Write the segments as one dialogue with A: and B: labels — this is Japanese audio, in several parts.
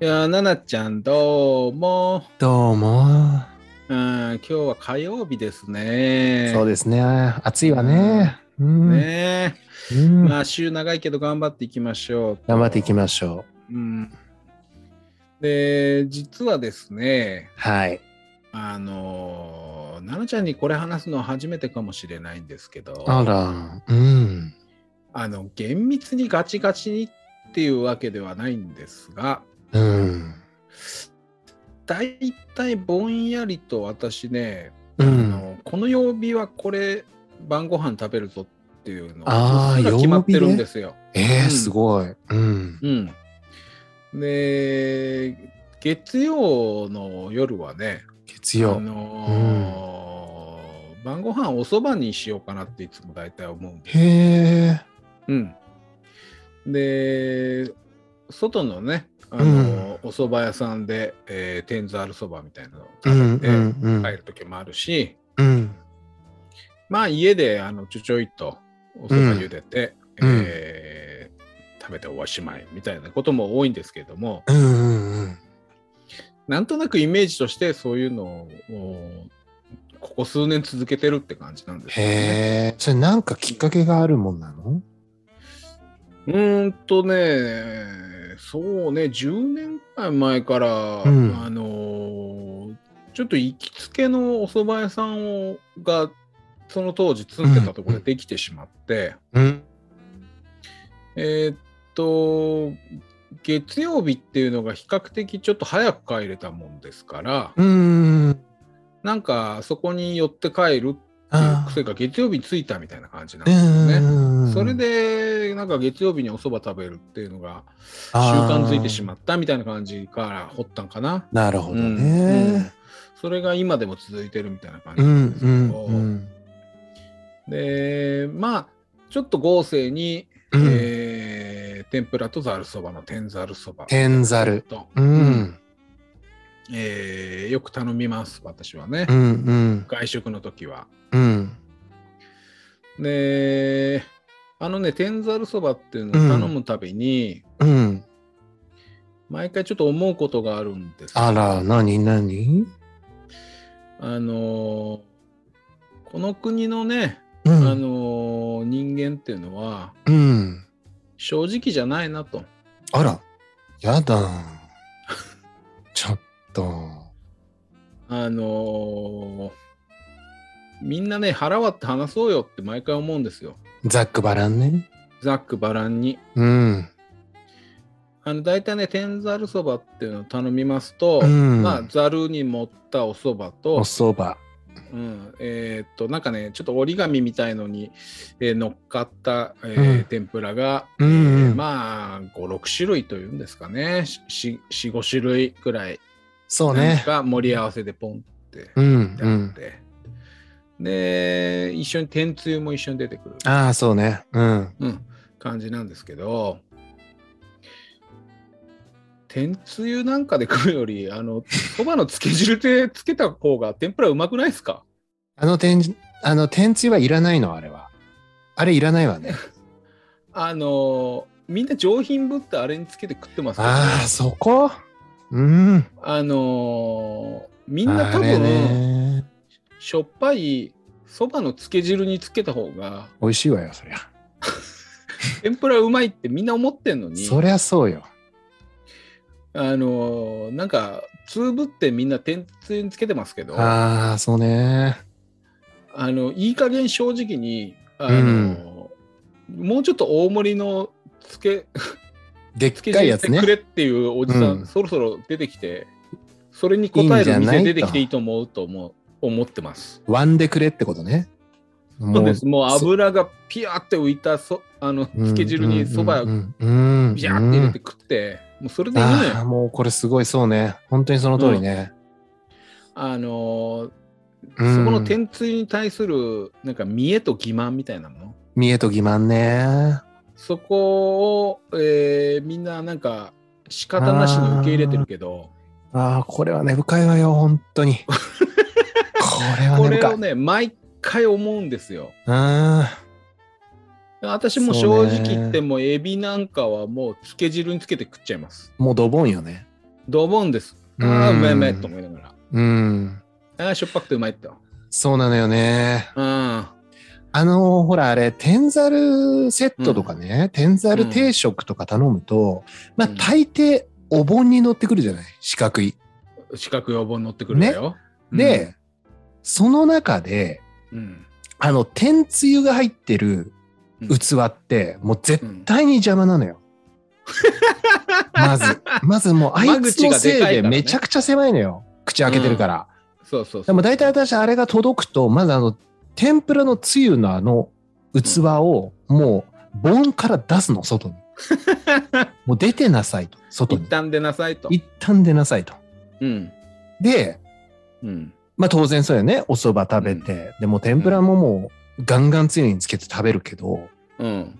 A: いやー、ななちゃん、どうも。
B: どうも。
A: うん、今日は火曜日ですね。
B: そうですね。暑いわね。うん。
A: ねえ。
B: うん
A: まあ、週長いけど頑張っていきましょう。
B: 頑張っていきましょう。
A: うん。で、実はですね、
B: はい。
A: あのー、ななちゃんにこれ話すのは初めてかもしれないんですけど、
B: あら。うん。
A: あの、厳密にガチガチにっていうわけではないんですが、
B: うん。
A: だいたいぼんやりと私ね、
B: う
A: あ
B: ん。
A: のこの曜日はこれ晩ご飯食べるぞっていうの
B: あー
A: が決まってるんですよ。
B: え
A: う
B: ー、
A: ん
B: すごい。うん。
A: うん、で月曜の夜はね、
B: 月
A: あ
B: 曜。
A: のー晩ご飯おそばにしようかなっていつも大体思うんです。
B: へえ。
A: うん、で外のねあのーおそば屋さんで、えー天ざるそばみたいなのを
B: う
A: 食べ
B: んう
A: て
B: んうん。
A: 帰る時もあるし、
B: うん。
A: まあ家であのちょちょいっとお蕎麦茹でて、
B: うん
A: えー食べておしまいみたいなことも多いんですけれども
B: うんうんうん。
A: なんとなくイメージとしてそういうのをここ数年続けてるって感じなんですよね。
B: へえ。それなんかきっかけがあるもんなの
A: うーんとねそうね10年くらい前から、
B: うん
A: あのーちょっと行きつけのお蕎麦屋さんをがその当時住んでたところでできてしまって。
B: うん。
A: えーっと、月曜日っていうのが比較的ちょっと早く帰れたもんですから、
B: うん。
A: なんかそこに寄って帰るっていう
B: あ
A: 癖が月曜日についたみたいな感じなん
B: ーう
A: です
B: ん
A: よ
B: う
A: ね。
B: んうん。
A: それで、なんか月曜日にお蕎麦食べるっていうのが習
B: あー
A: 慣づいてしまったみたいな感じから掘ったんかな。
B: なるほど
A: うんうん
B: ね。
A: それが今でも続いてるみたいな感
B: う
A: じなんですけど、
B: んうん
A: で、まあ、ちょっと豪勢に、
B: うん。うん。
A: えー天ぷらとざるそばの天ざるそば。
B: 天ざる。
A: と
B: う
A: うん
B: ん。
A: えーよく頼みます、私はね
B: う。んうん
A: 外食の時は。
B: うん。
A: で、あのね、天ざるそばっていうのを頼むたびに、
B: うん。
A: 毎回ちょっと思うことがあるんですよ
B: あら、なになに
A: あのーこの国のね、
B: う
A: あ
B: ん。
A: のー人間っていうのは、
B: うん。
A: 正直じゃないなと。
B: あら、やだ。ちょっと。
A: あのーみんなね、腹割って話そうよって毎回思うんですよ。
B: ざっくばらんね。
A: ざっくばらんに。
B: うん。
A: あの大体ね、天ざるそばっていうのを頼みますと、
B: うん
A: まあ、ざるに盛ったおそば
B: お
A: と、
B: 蕎麦。
A: うん、えーっと、なんかね、ちょっと折り紙みたいのに、えー乗っかった、えー
B: うん
A: 天ぷらが、
B: うん
A: えーまあ、5、6種類というんですかね、4、5種類くらい
B: そう
A: なん
B: ね。
A: か盛り合わせでポンって
B: うん
A: って
B: う
A: あっ
B: ん。
A: て、で、一緒に天つゆも一緒に出てくる。
B: ああ、そうね。うん。
A: うん、感じなんですけど天つゆなんかで食うよりあ のそばのつけ汁でつけた方が天ぷらうまくないですか
B: あの天、あの天つゆはいらないの、あれは。あれいらないわね。
A: あのみんな上品ぶってあれにつけて食ってますけど、ね、
B: ああ、そこうん。
A: あのみんな
B: あ
A: 多
B: れ
A: 分、
B: ね。
A: しょっぱいそばのつけ汁につけた方が
B: 美味しいわよ、そりゃ。
A: 天ぷらうまいってみんな思ってんのに
B: そりゃそうよ。
A: あのなんかつぶってみんな天つゆにつけてますけど
B: ああ、そうね。
A: あのいい加減正直にあの、もうちょっと大盛りのつけ
B: でっ
A: つけ
B: かいやつね
A: く。れっていうおじさん、
B: うん
A: そろそろ出てきてそれに応え
B: いいんじ
A: る
B: ゃな
A: 店
B: いと
A: 出てきていいと思うと思う思ってます。
B: 割んでくれってことね。
A: そ
B: も
A: うですもう
B: そ
A: 油がピヤーって浮いたそあのつけ汁にそばを
B: うんうんうん
A: ビャーって入れて食って、もうそれでいいのよ
B: ああ、もうこれすごい、そうね。本当にその通りね。
A: あの
B: うん
A: そこの天つゆに対するなんか見栄と欺瞞みたいなもの
B: 見栄と欺瞞ね。
A: そこを、えーみんななんか仕方なしに受け入れてるけど、
B: ああ、これはね、深いわよ、本当 に。これは
A: こ
B: ね、
A: れ
B: 深
A: を
B: い。
A: ね、毎回思うんですよ。
B: あ
A: 私も正直言っても、エビなんかはもう漬け汁につけて食っちゃいます。
B: あ、もうドボンよね。
A: ドボンです。
B: う
A: ああ、うんめえうめえと思いなが
B: うん。
A: ら。ああ、しょっぱくてうまいって。
B: そうなのよね。
A: あ
B: あのほらあれ、天ざるセットとかね、天ざる定食とか頼むと、まあ
A: うん
B: 大抵お盆に乗ってくるじゃない四角い。
A: あ、四角いお盆乗ってくるんだよ。
B: で、その中で、
A: うん、
B: あの、天つゆが入ってる
A: うん
B: 器って、もう絶
A: うん、
B: 対に邪魔な のよ。まず、まずもうあいつのせいでめちゃくちゃ狭いのよ。口開けてるから。
A: そうそう
B: で
A: そう。
B: も大体私あれが届くと、まずあの、天ぷらのつゆのあの器をもう、盆から出すの、外に。もう出てなさいと、外
A: 一
B: に。
A: 旦出なさいと。
B: 一旦出なさいと。
A: うん。
B: で、
A: うん。
B: まあ当然そうよね。お蕎麦食べて。でも天ぷらももう、ガンガンつゆにつけて食べるけど、
A: うん。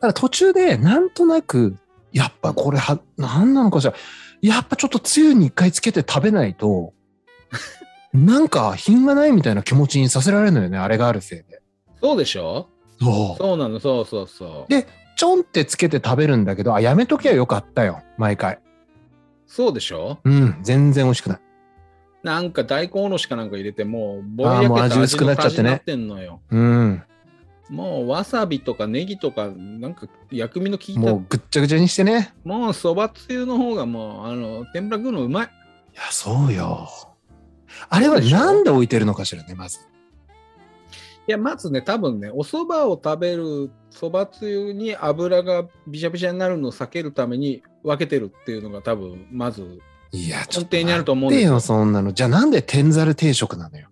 B: ただ途中でなんとなくやっぱこれは何なのかしらやっぱちょっとつゆに一回つけて食べないとなんか品がないみたいな気持ちにさせられるのよねあれがあるせいで。
A: そうでしょ
B: そう
A: そうなの、そうそうそう。
B: でちょんってつけて食べるんだけどあやめときゃよかったよ毎回
A: そうでしょ
B: うん全然美味しくない
A: なんか大根おろしかなんか入れてもうぼ
B: あー
A: や
B: もう
A: け
B: 味
A: た
B: 薄くなっちゃっ
A: 味
B: てね
A: の感じになってんのよ
B: うん
A: もうわさびとかネギとかなんか薬味の効いた
B: もうぐっちゃぐちゃにしてね
A: もうそばつゆの方がもうあの天ぷら食うのうまい
B: いやそうよあれはなんで置いてるのかしらねまず
A: いやまずね多分ねお蕎麦を食べるそばつゆに油がびしゃびしゃになるのを避けるために分けてるっていうのが多分まず
B: いやちょ
A: 根底
B: っと
A: にあると思うん
B: 待
A: です
B: って
A: よ
B: よそんなのじゃあなんで天ざる定食なのよ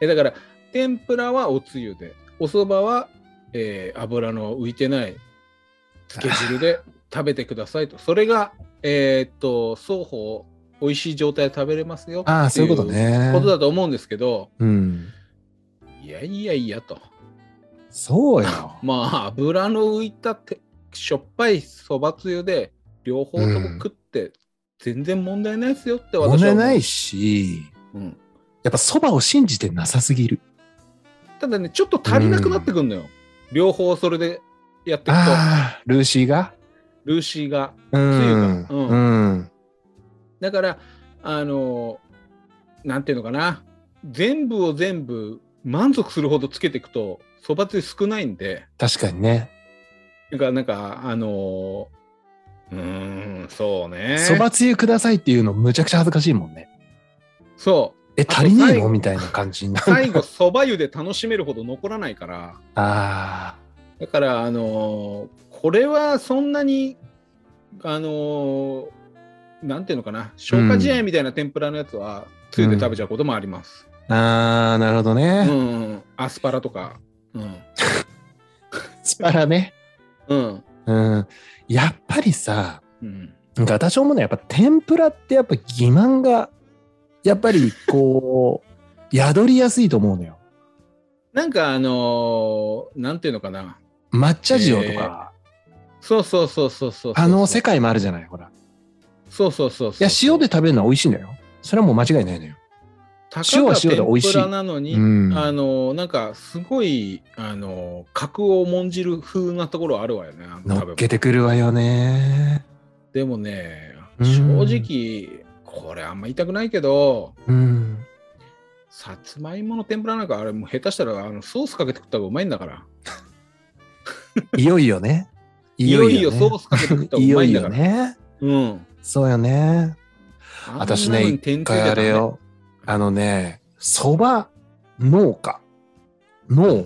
A: えだから天ぷらはおつゆでお蕎麦は、えー油の浮いてない漬け汁 で食べてくださいとそれがえーっと双方美味しい状態で食べれますよ
B: ああ、
A: って
B: そういうことね。
A: ことだと思うんですけど
B: うん。
A: いやいやいやと
B: そうよ。
A: まあ油の浮いたてしょっぱいそばつゆで両方とも食って全然問題ないですよって私は思う
B: 問題ない、し、
A: うん、
B: やっぱそばを信じてなさすぎる。
A: ただねちょっと足りなくなってくんのよ、両方それでやっていくと
B: ああ、ルーシーが
A: ルーシーが
B: うん。
A: つゆが
B: う。
A: うんだからあのなんていうのかな全部を全部満足するほどつけていくとそばつゆ少ないんで
B: 確かにね。
A: なんかなんかあのうーんそうね
B: そばつゆくださいっていうのむちゃくちゃ恥ずかしいもんね。
A: そ
B: え、
A: と
B: 足りねえ
A: 最
B: の
A: 後
B: みたいな感じに
A: う
B: なる。
A: 最後そば湯で楽しめるほど残らないから
B: あ
A: だからあのこれはそんなにあのなんていうのかな消化試合みたいな天ぷらのやつは、つゆで食べちゃうこともあります、
B: あ。ああ、なるほど
A: うん
B: ね。
A: うんアスパラとかうん
B: スパラね。
A: うん
B: うん。やっぱりさ、
A: うん
B: なんか私思うのはやっぱ天ぷらってやっぱ欺瞞が、やっぱりこう、宿りやすいと思うのよ。
A: なんかあのーなんていうのかな。
B: 抹茶塩とか、
A: そうそうそうそうそうそう。
B: あの世界もあるじゃない、ほら。
A: そうそうそう
B: い
A: そう。
B: や、塩で食べるのは美味しいんだよ。それはもう間違いないのよ。
A: たか
B: 塩は
A: が
B: 塩で美味し
A: 天
B: い
A: ぷらなのに、
B: うん
A: あのーなんかすごい、あのー格を重んじる風なところあるわよね。あの
B: 乗っけ
A: 食べ
B: てくるわよね。
A: 物でもね、
B: うん
A: 正直、これあんま言いたくないけど、
B: うん。
A: さつまいもの天ぷらなんかあれもう下手したらあのソースかけて食った方がうまいんだから。
B: いよいよね。
A: いよいよソースかけて食った方がう
B: いよ
A: まい
B: い
A: んだか
B: よ
A: ら。
B: ね。
A: うん。
B: そうよね。私ね
A: あんなのに天
B: 一
A: つゆじ
B: 回
A: ゃ
B: あ
A: ダメ
B: れ。よ。あのね、そば農家の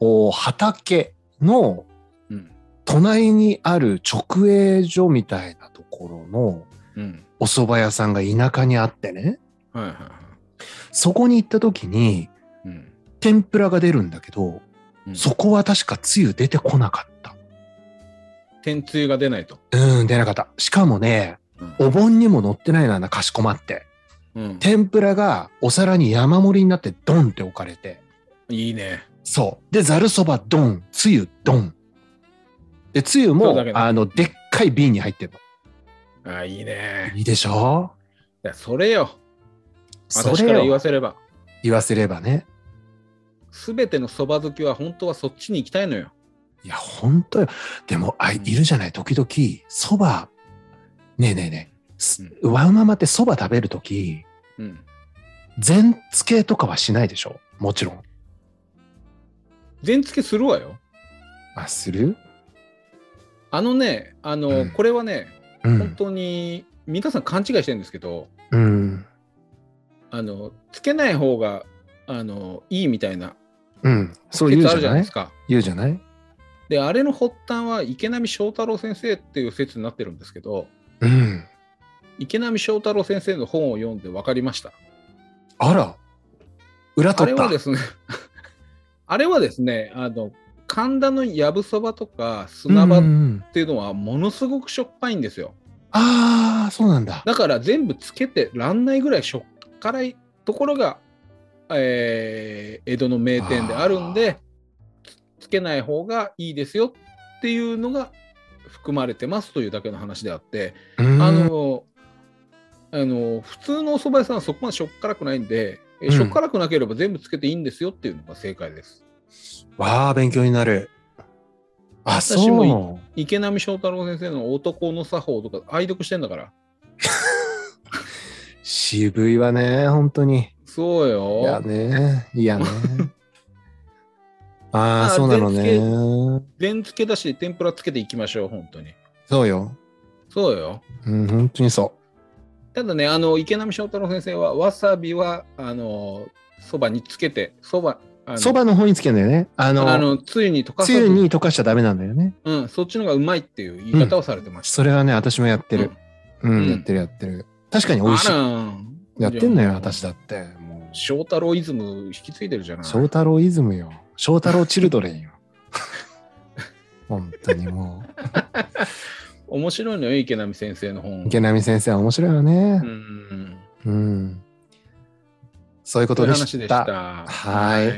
B: お畑の
A: うん。
B: 隣にある直営所みたいなところの
A: うん。
B: お蕎麦屋さんが田舎にあってね。
A: はいはいは
B: そこに行った時に
A: い。うん。
B: 天ぷらが出るんだけど、
A: うん
B: そこは確かつゆ出てこなかった。
A: 天つゆが出ないと。
B: うん、出なかった。しかもね、お盆にも乗ってないのな、かしこまって。
A: うん、
B: 天ぷらがお皿に山盛りになってドンって置かれて。
A: いいね。
B: そう。で、ざるそばドン、つゆドン。で、つゆ
A: そう
B: も
A: だけ、ど
B: あの、でっかい瓶に入ってる
A: あいい
B: の。
A: ね。
B: いいでしょ
A: いや、それよ。
B: そ
A: 私から
B: れ
A: 言わ
B: を
A: せれば、
B: 言わせればね。
A: すべてのそば好きは本当はそっちに行きたいのよ。
B: いや、本当よ。でも、あい、いるじゃない、時々、そば、ねえねえねえ、すワウママってそば食べるとき、
A: うん。
B: 全つけとかはしないでしょもちろん。
A: 全付けするわよ。
B: あ、する
A: あのね、あの、
B: うん
A: これはね、
B: う
A: 本
B: ん。
A: 当に皆さん勘違いしてるんですけど、
B: うん。
A: あの、つけない方が、あの、いいみたいな
B: うん。そう言う
A: 説ある
B: じ
A: じ
B: ゃ
A: ゃな
B: ないい
A: ですか。
B: 言うじゃない
A: で、あれの発端は池波正太郎先生っていう説になってるんですけど、
B: うん。
A: 池波正太郎先生の本を読んで分かりました。
B: あら。裏
A: あ
B: 取
A: れ
B: った。
A: はですね、 あれはですね、あの、神田のやぶそばとか砂場
B: うんう
A: っ
B: んうん
A: ていうのはものすごくしょっぱいんですよ。
B: ああ、そうなんだ。
A: だから全部つけてらんないぐらいしょっからいところが、えー江戸の名店であるんでつ、つけない方がいいですよっていうのが含まれてますというだけの話であって、
B: あ
A: あ、の、あの普通のお蕎麦屋さんはそこまでしょっからくないんで、え
B: うん
A: しょっからくなければ全部つけていいんですよっていうのが正解です。
B: わあ、勉強になる。あ、
A: 私もい
B: そう。
A: 池波正太郎先生の男の作法とか愛読してんだから。
B: 渋いわね、本当に。
A: そう
B: いや
A: よ。
B: ね、い やね。ああ、
A: あ
B: そうなのね。
A: 全つけだし、天ぷらつけていきましょう、本当に。
B: そうよ。
A: そうよ。
B: うん、本当にそ
A: ただね、あの池波正太郎先生は、わさびは、あの、そばにつけて、そば、あの
B: う。そばの方につけるんだよね。あ
A: あ
B: の、
A: の、つゆに溶か
B: つ
A: さず
B: ゆに溶かしちゃダメなんだよね。
A: うん、そっちの方がうまいっていう言い方をされてまし
B: それはね、私もやってる。うん、
A: うん
B: やってるやってる。確かに
A: た。
B: 美味しい
A: あ。ら
B: やってんのよ、。
A: じ
B: 私だって。も
A: ゃあ正太郎イズム引き継いでるじゃ
B: う、
A: ない。
B: 翔太郎イズムよ。翔太郎チルド レンよ。本当にも
A: 面白いのよ、池波先生の
B: う。
A: 本。
B: 池波先生は面白いよね
A: う。ん。
B: うん。そういうこと
A: と
B: で
A: いう話
B: し。
A: でしたた。
B: はい
A: い